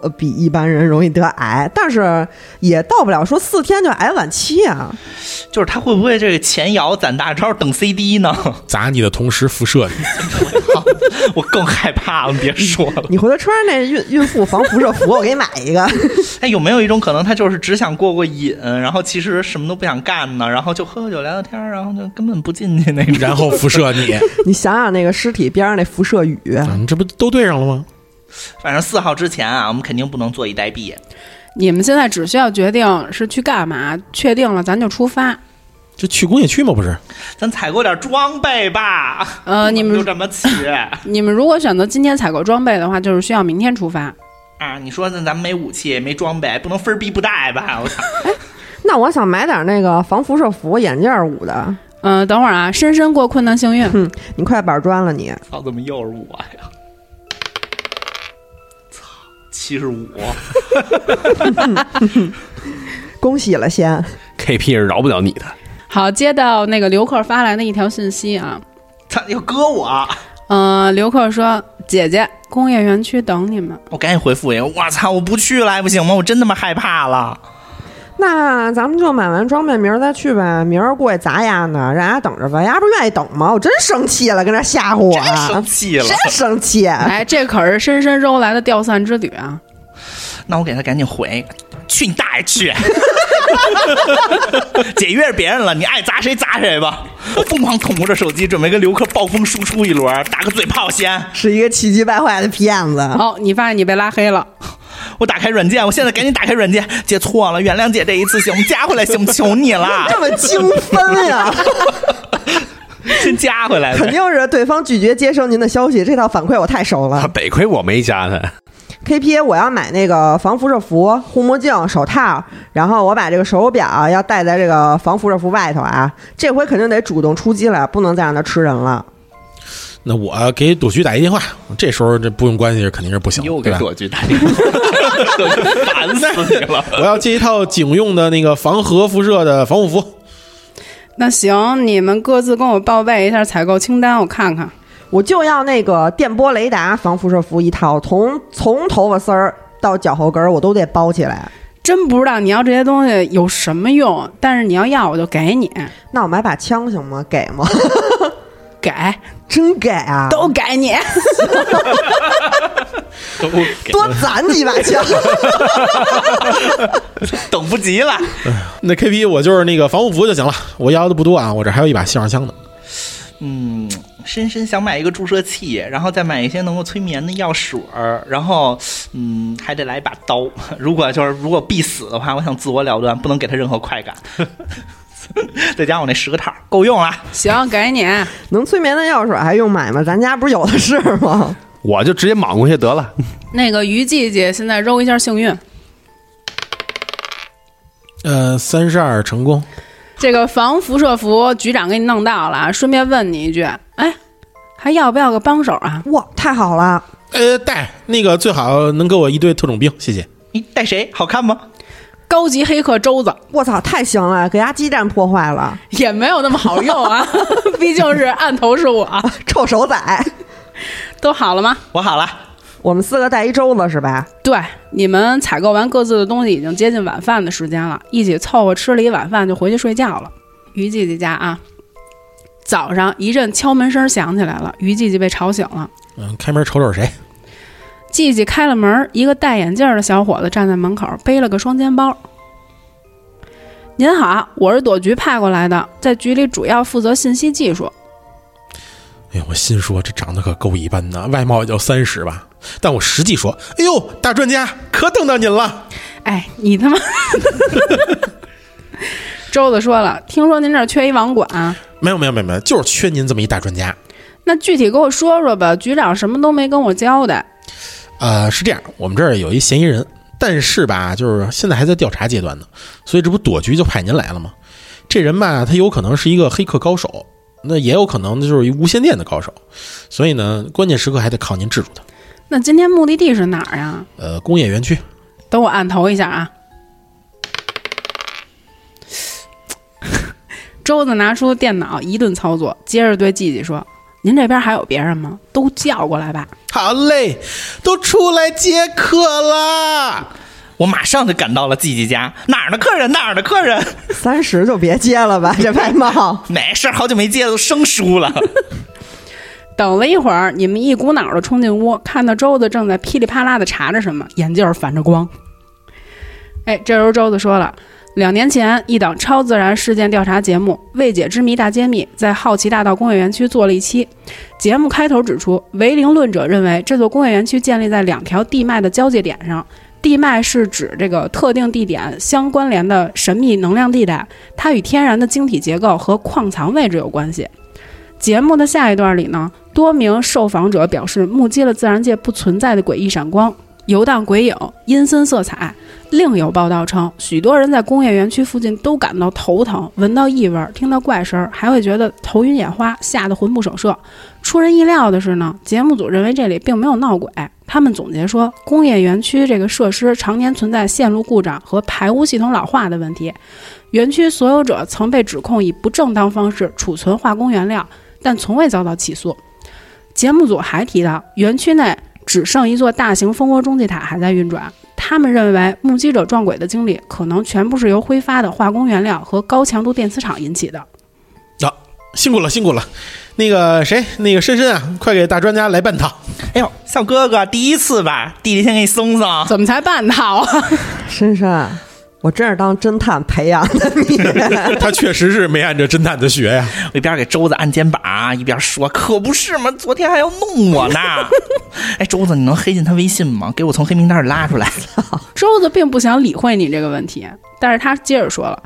[SPEAKER 2] 呃比一般人容易得癌，但是也到不了说四天就癌晚期啊。
[SPEAKER 4] 就是他会不会这个前摇攒大招等 CD 呢？
[SPEAKER 3] 砸你的同时辐射你，
[SPEAKER 4] 我更害怕了，别说了。
[SPEAKER 2] 你回头穿上那孕孕妇防辐射服，我给你买一个。
[SPEAKER 4] 哎，有没有一种可能，他就是只想过过瘾，然后其实什么都不想干呢，然后就喝喝酒、聊聊天儿，然后就根本不进去那种。
[SPEAKER 3] 然后辐射你，
[SPEAKER 2] 你想想那个尸体边上那辐射雨，
[SPEAKER 3] 你这不都对上了吗？
[SPEAKER 4] 反正四号之前啊，我们肯定不能坐以待毙。
[SPEAKER 1] 你们现在只需要决定是去干嘛，确定了咱就出发。
[SPEAKER 3] 就去工业区嘛，不是？
[SPEAKER 4] 咱采购点装备吧。
[SPEAKER 1] 呃，你
[SPEAKER 4] 就
[SPEAKER 1] 们
[SPEAKER 4] 这么起
[SPEAKER 1] 你们如果选择今天采购装备的话，就是需要明天出发。
[SPEAKER 4] 啊？你说那咱们没武器，没装备，不能分儿逼不带吧？我操！
[SPEAKER 2] 那我想买点那个防辐射服、眼镜儿捂的。
[SPEAKER 1] 嗯、等会儿啊，深深过困难幸 运。
[SPEAKER 2] 你快板砖了你！
[SPEAKER 4] 操，怎么又是我呀？操，七十五，
[SPEAKER 2] 恭喜了先，
[SPEAKER 5] KP 是饶不了你的，
[SPEAKER 1] 好，接到那个刘克发来的一条信息啊，
[SPEAKER 4] 他要割我！
[SPEAKER 1] 嗯，刘克说：“姐姐，工业园区等你们。
[SPEAKER 4] 我赶紧回复一个，我操，我不去了，还不行吗？我真他妈害怕了。
[SPEAKER 2] 那咱们就买完装备，明儿再去呗。明儿过去砸丫呢，让丫等着吧。丫不愿意等吗？我真生气了，跟这吓唬我啊，
[SPEAKER 4] 生气了，
[SPEAKER 2] 真生气！
[SPEAKER 1] 哎，这可是深深揉来的吊散之旅啊！
[SPEAKER 4] 那我给他赶紧回，去你大爷去！ 姐约着别人了，你爱砸谁砸谁吧。我疯狂捅咕着手机，准备跟刘克暴风输出一轮，打个嘴炮先。
[SPEAKER 2] 是一个气急败坏的骗子。
[SPEAKER 1] 哦，你发现你被拉黑了，
[SPEAKER 4] 我打开软件，我现在赶紧打开软件。姐错了，原谅姐这一次行吗？加回来行吗？求你了，
[SPEAKER 2] 这么精分 呀，
[SPEAKER 4] 先加回来呗。
[SPEAKER 2] 肯定是对方拒绝接收您的消息。这套反馈我太熟了。
[SPEAKER 5] 得亏我没加他。
[SPEAKER 2] K P，我要买那个防辐射服、护目镜、手套，然后我把这个手表要戴在这个防辐射服外头啊。这回肯定得主动出击了，不能再让他吃人了。
[SPEAKER 3] 那我给朵菊打一电话，这时候这不用关系肯定是不行，
[SPEAKER 4] 又
[SPEAKER 3] 对
[SPEAKER 4] 给
[SPEAKER 3] 吧？
[SPEAKER 4] 朵菊打电话，朵菊烦死你了。
[SPEAKER 3] 我要借一套警用的那个防核辐射的防护服。
[SPEAKER 1] 那行，你们各自跟我报备一下采购清单，我看看。
[SPEAKER 2] 我就要那个电波雷达防辐射服一套，从从头发丝儿到脚后跟儿我都得包起来。
[SPEAKER 1] 真不知道你要这些东西有什么用，但是你要要我就给你，
[SPEAKER 2] 那我买把枪行吗？给吗？
[SPEAKER 1] 给
[SPEAKER 2] 真给啊！
[SPEAKER 1] 都给你。
[SPEAKER 4] 都
[SPEAKER 2] 多攒几把枪，
[SPEAKER 4] 等不及了。
[SPEAKER 3] 那 KP 我就是那个防护服就行了，我要的不多啊，我这还有一把信号枪呢。
[SPEAKER 4] 嗯，深深想买一个注射器，然后再买一些能够催眠的药水儿，然后嗯，还得来一把刀。如果就是如果必死的话，我想自我了断，不能给他任何快感。 再加上我那十个套儿够用了，
[SPEAKER 1] 行，给你。
[SPEAKER 2] 能催眠的药水还用买吗？咱家不是有的是 吗？
[SPEAKER 5] 我就直接莽过去得了。
[SPEAKER 1] 那个于季姐现在揉一下幸运，
[SPEAKER 3] 呃，三十二成功，
[SPEAKER 1] 这个防辐射服局长给你弄到了啊，顺便问你一句，哎，还要不要个帮手啊？
[SPEAKER 2] 哇，太好了！
[SPEAKER 3] 呃，带那个最好能给我一堆特种兵，谢谢。
[SPEAKER 4] 你带谁？好看吗？
[SPEAKER 1] 高级黑客周子
[SPEAKER 2] 我操，太行了，给家基站破坏了，
[SPEAKER 1] 也没有那么好用啊， 毕竟是案头是我。
[SPEAKER 2] 臭手仔！
[SPEAKER 1] 都好了吗？
[SPEAKER 4] 我好了，
[SPEAKER 2] 我们四个带一周子是吧？
[SPEAKER 1] 对，你们采购完各自的东西，已经接近晚饭的时间了，一起凑合吃了一晚饭就回去睡觉了。于季季家啊，早上一阵敲门声响起来了，于季季被吵醒了。
[SPEAKER 3] 嗯、开门瞅瞅谁？
[SPEAKER 1] 季季开了门，一个戴眼镜的小伙子站在门口，背了个双肩包。您好，啊我是朵局派过来的，在局里主要负责信息技术。
[SPEAKER 3] 哎呦，我心说这长得可够一般的，外貌也就三十吧。但我实际说，哎呦，大专家可等到您了。
[SPEAKER 1] 哎，你他妈！周子说了，听说您这儿缺一网管、
[SPEAKER 3] 没有没有没有没有，就是缺您这么一大专家。
[SPEAKER 1] 那具体给我说说吧，局长什么都没跟我交代。
[SPEAKER 3] 呃，是这样，我们这儿有一嫌疑人，但是吧，就是现在还在调查阶段呢，所以这不躲局就派您来了吗？这人吧，他有可能是一个黑客高手，那也有可能就是一无线电的高手，所以呢，关键时刻还得靠您制住他。
[SPEAKER 1] 那今天目的地是哪儿呀？
[SPEAKER 3] 呃，工业园区，
[SPEAKER 1] 等我按头一下啊。 周子拿出电脑一顿操作，接着对季季说：“您这边还有别人吗？都叫过来吧。
[SPEAKER 3] 好嘞，都出来接客啦！
[SPEAKER 4] 我马上就赶到了季季家，哪儿的客人哪儿的客人，
[SPEAKER 2] 三十就别接了 吧，这外貌。
[SPEAKER 4] 没事儿，好久没接都生疏了。”
[SPEAKER 1] 等了一会儿，你们一股脑的冲进屋，看到周子正在噼里啪啦的查着什么，眼镜儿反着光。哎，这时候周子说了，两年前一档超自然事件调查节目《未解之谜大揭秘》在好奇大道工业园区做了一期。节目开头指出，唯灵论者认为这座工业园区建立在两条地脉的交界点上。地脉是指这个特定地点相关联的神秘能量地带，它与天然的晶体结构和矿藏位置有关系。节目的下一段里呢，多名受访者表示目击了自然界不存在的诡异闪光、游荡鬼影、阴森色彩。另有报道称，许多人在工业园区附近都感到头疼，闻到异味，听到怪声，还会觉得头晕眼花，吓得魂不守舍。出人意料的是呢，节目组认为这里并没有闹鬼。他们总结说，工业园区这个设施常年存在线路故障和排污系统老化的问题。园区所有者曾被指控以不正当方式储存化工原料，但从未遭到起诉。节目组还提到，园区内只剩一座大型蜂窝中继塔还在运转。他们认为，目击者撞鬼的经历可能全部是由挥发的化工原料和高强度电磁场引起的。
[SPEAKER 3] 辛苦了，辛苦了。那个谁，那个深深啊，快给大专家来半套。
[SPEAKER 4] 哎呦，小哥哥，第一次吧，弟弟先给你松松。
[SPEAKER 1] 怎么才半套啊？
[SPEAKER 2] 深深，我真是当侦探培养的你。
[SPEAKER 3] 他确实是没按着侦探的学呀、
[SPEAKER 4] 我一边给周子按肩膀，一边说：“可不是嘛，昨天还要弄我 呢。”哎，周子，你能黑进他微信吗？给我从黑名单里拉出来。
[SPEAKER 1] 周子并不想理会你这个问题，但是他接着说了：“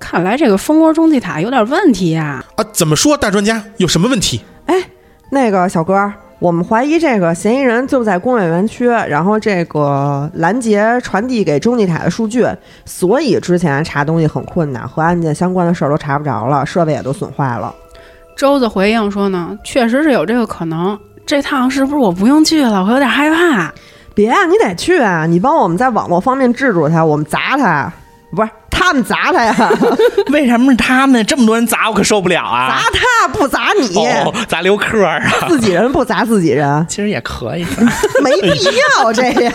[SPEAKER 1] 看来这个蜂窝中继塔有点问题呀、
[SPEAKER 3] 啊！怎么说，大专家有什么问题？
[SPEAKER 2] 那个小哥，我们怀疑这个嫌疑人就在工业园区，然后这个拦截传递给中继塔的数据，所以之前查东西很困难，和案件相关的事儿都查不着了，设备也都损坏了。
[SPEAKER 1] 周子回应说呢：“确实是有这个可能。这趟是不是我不用去了？我有点害怕。
[SPEAKER 2] 别啊，你得去啊！你帮我们在网络方面制住他，我们砸他，不是他他们砸 他呀，
[SPEAKER 4] 为什么是他们这么多人砸我可受不了啊
[SPEAKER 2] 砸？他不砸你，
[SPEAKER 4] 哦，砸刘克儿啊，
[SPEAKER 2] 自己人不砸自己人，
[SPEAKER 4] 其实也可以。
[SPEAKER 2] 没必要这样。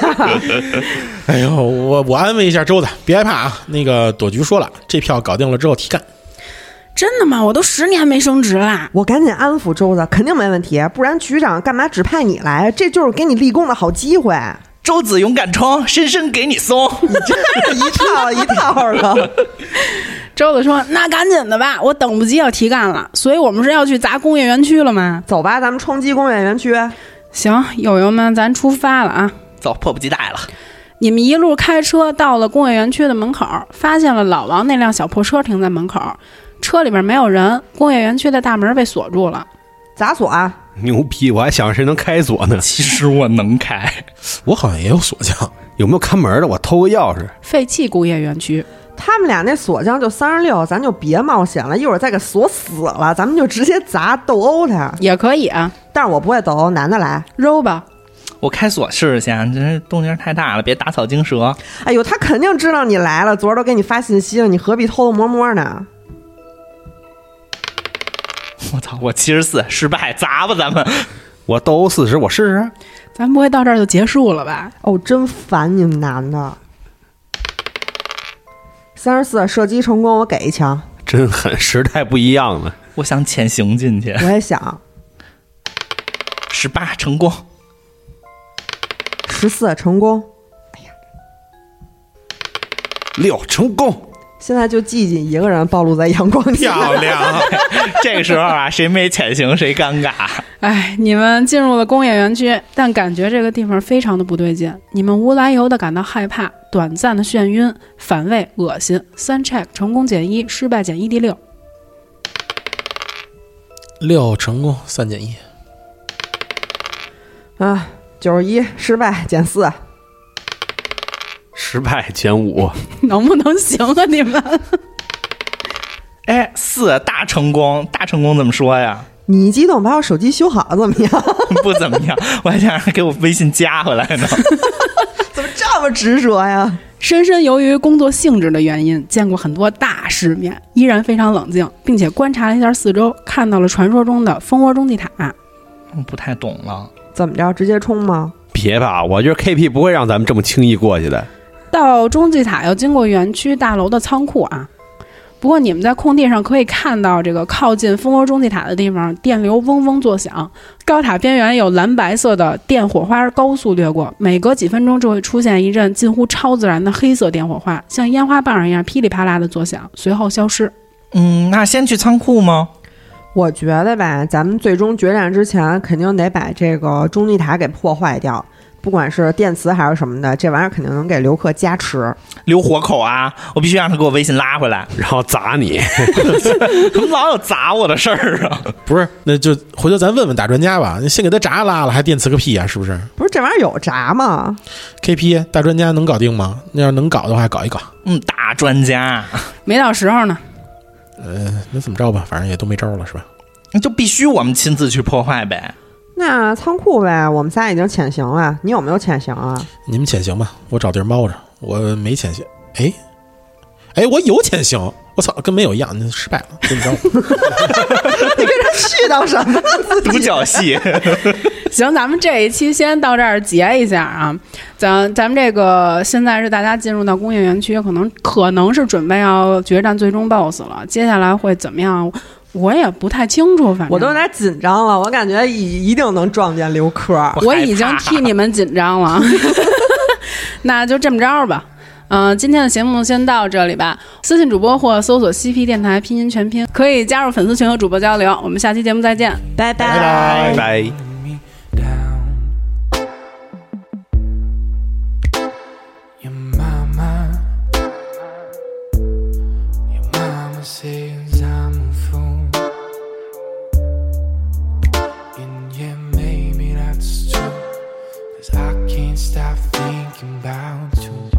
[SPEAKER 3] 哎呦，我我安慰一下周子，别害怕啊。那个朵菊说了，这票搞定了之后提干。
[SPEAKER 1] 真的吗？我都十年没升职啦。
[SPEAKER 2] 我赶紧安抚周子，肯定没问题，不然局长干嘛指派你来？这就是给你立功的好机会。
[SPEAKER 4] 周子勇敢冲，深深给你松。
[SPEAKER 2] 真是一套一套的，
[SPEAKER 1] 周子说：“那赶紧的吧，我等不及要提干了，所以我们是要去砸工业园区了吗？
[SPEAKER 2] 走吧，咱们冲击工业园区。
[SPEAKER 1] 行，友友们，咱出发了啊！
[SPEAKER 4] 走，迫不及待了。
[SPEAKER 1] 你们一路开车到了工业园区的门口，发现了老王那辆小破车停在门口，车里边没有人，工业园区的大门被锁住了。
[SPEAKER 2] 咋锁啊？
[SPEAKER 5] 牛逼！我还想谁能开锁呢？
[SPEAKER 4] 其实我能开，
[SPEAKER 3] 我好像也有锁匠，
[SPEAKER 5] 有没有看门的？我偷个钥匙。
[SPEAKER 1] 废弃工业园区，
[SPEAKER 2] 他们俩那锁匠就三十六，咱就别冒险了，一会儿再给锁死了，咱们就直接砸斗殴他。
[SPEAKER 1] 也可以啊，
[SPEAKER 2] 但是我不会斗殴，男的来。
[SPEAKER 1] 揉吧。
[SPEAKER 4] 我开锁试试先，真是动静太大了，别打草惊蛇。
[SPEAKER 2] 哎呦，他肯定知道你来了，昨儿都给你发信息了，你何必偷偷摸摸呢？
[SPEAKER 4] 我操，我七十四，失败，砸吧咱们。
[SPEAKER 5] 我斗殴四十，我试试。
[SPEAKER 1] 咱不会到这儿就结束了吧？
[SPEAKER 2] 哦，真烦你们男的。三十四射击成功，我给一枪。
[SPEAKER 5] 真狠，时代不一样了。
[SPEAKER 4] 我想潜行进去，
[SPEAKER 2] 我也想
[SPEAKER 4] 十八成功，
[SPEAKER 2] 十四成功，
[SPEAKER 5] 六成功，
[SPEAKER 2] 现在就季季一个人暴露在阳光下。
[SPEAKER 3] 漂亮。
[SPEAKER 4] 这个时候啊，谁没潜行谁尴尬。
[SPEAKER 1] 哎，你们进入了工业园区，但感觉这个地方非常的不对劲。你们无来由的感到害怕，短暂的眩晕、反胃、恶心。三 check 成功减一，失败减一 d 六。
[SPEAKER 3] 六成功，三减一。
[SPEAKER 2] 啊，九十一失败减四，
[SPEAKER 5] 失败减五，
[SPEAKER 1] 能不能行啊你们？
[SPEAKER 4] 哎，四大成功，大成功怎么说呀？
[SPEAKER 2] 你激动把我手机修好了怎么样？
[SPEAKER 4] 不怎么样，我还想让他给我微信加回来呢。
[SPEAKER 2] 怎么这么执着呀？
[SPEAKER 1] 深深由于工作性质的原因，见过很多大世面，依然非常冷静，并且观察了一下四周，看到了传说中的蜂窝中继塔。
[SPEAKER 4] 不太懂了，
[SPEAKER 2] 怎么着，直接冲吗？
[SPEAKER 5] 别吧，我觉得 KP 不会让咱们这么轻易过去的。
[SPEAKER 1] 到中继塔要经过园区大楼的仓库啊。不过你们在空地上可以看到，这个靠近蜂窝中继塔的地方，电流嗡嗡作响。高塔边缘有蓝白色的电火花高速掠过，每隔几分钟就会出现一阵近乎超自然的黑色电火花，像烟花棒一样噼里啪啦的作响，随后消失。
[SPEAKER 4] 嗯，那先去仓库吗？
[SPEAKER 2] 我觉得吧，咱们最终决战之前，肯定得把这个中继塔给破坏掉，不管是电磁还是什么的，这玩意儿肯定能给刘克加持。
[SPEAKER 4] 留活口啊！我必须让他给我微信拉回来。
[SPEAKER 5] 然后砸你，
[SPEAKER 4] 怎么老有砸我的事儿啊？
[SPEAKER 3] 不是，那就回头咱问问打专家吧。先给他闸拉了，还电磁个屁呀、是不是
[SPEAKER 2] 不是这玩意儿有闸吗？
[SPEAKER 3] ？KP 大专家能搞定吗？那要能搞的话，搞一搞。
[SPEAKER 4] 嗯，大专家，
[SPEAKER 1] 没到时候呢，
[SPEAKER 3] 呃，那怎么着吧，反正也都没招了，是吧？
[SPEAKER 4] 那就必须我们亲自去破坏呗。
[SPEAKER 2] 那仓库呗，我们仨已经潜行了，你有没有潜行啊？
[SPEAKER 3] 你们潜行吧，我找地儿猫着。我没潜行，哎，哎，我有潜行，我操，跟没有一样，那失败了，怎么着？
[SPEAKER 2] 你跟他絮叨什么？
[SPEAKER 4] 独角戏，
[SPEAKER 1] 行，咱们这一期先到这儿结一下啊。咱咱们这个现在是大家进入到工业园区，可能可能是准备要决战最终 BOSS 了，接下来会怎么样？我也不太清楚，反正
[SPEAKER 2] 我都有点紧张了，我感觉一一定能撞见刘科。
[SPEAKER 1] 我
[SPEAKER 4] 害怕
[SPEAKER 1] 已经替你们紧张了。 那就这么着吧。嗯、今天的节目先到这里吧。私信主播或搜索 CP 电台拼音全拼，可以加入粉丝群和主播交流。我们下期节目再见。
[SPEAKER 2] 拜拜。
[SPEAKER 5] 拜拜。
[SPEAKER 6] me down. Your mama, your mama says I'm a fool. And yeah, maybe that's true. Cause I can't stop thinking about you.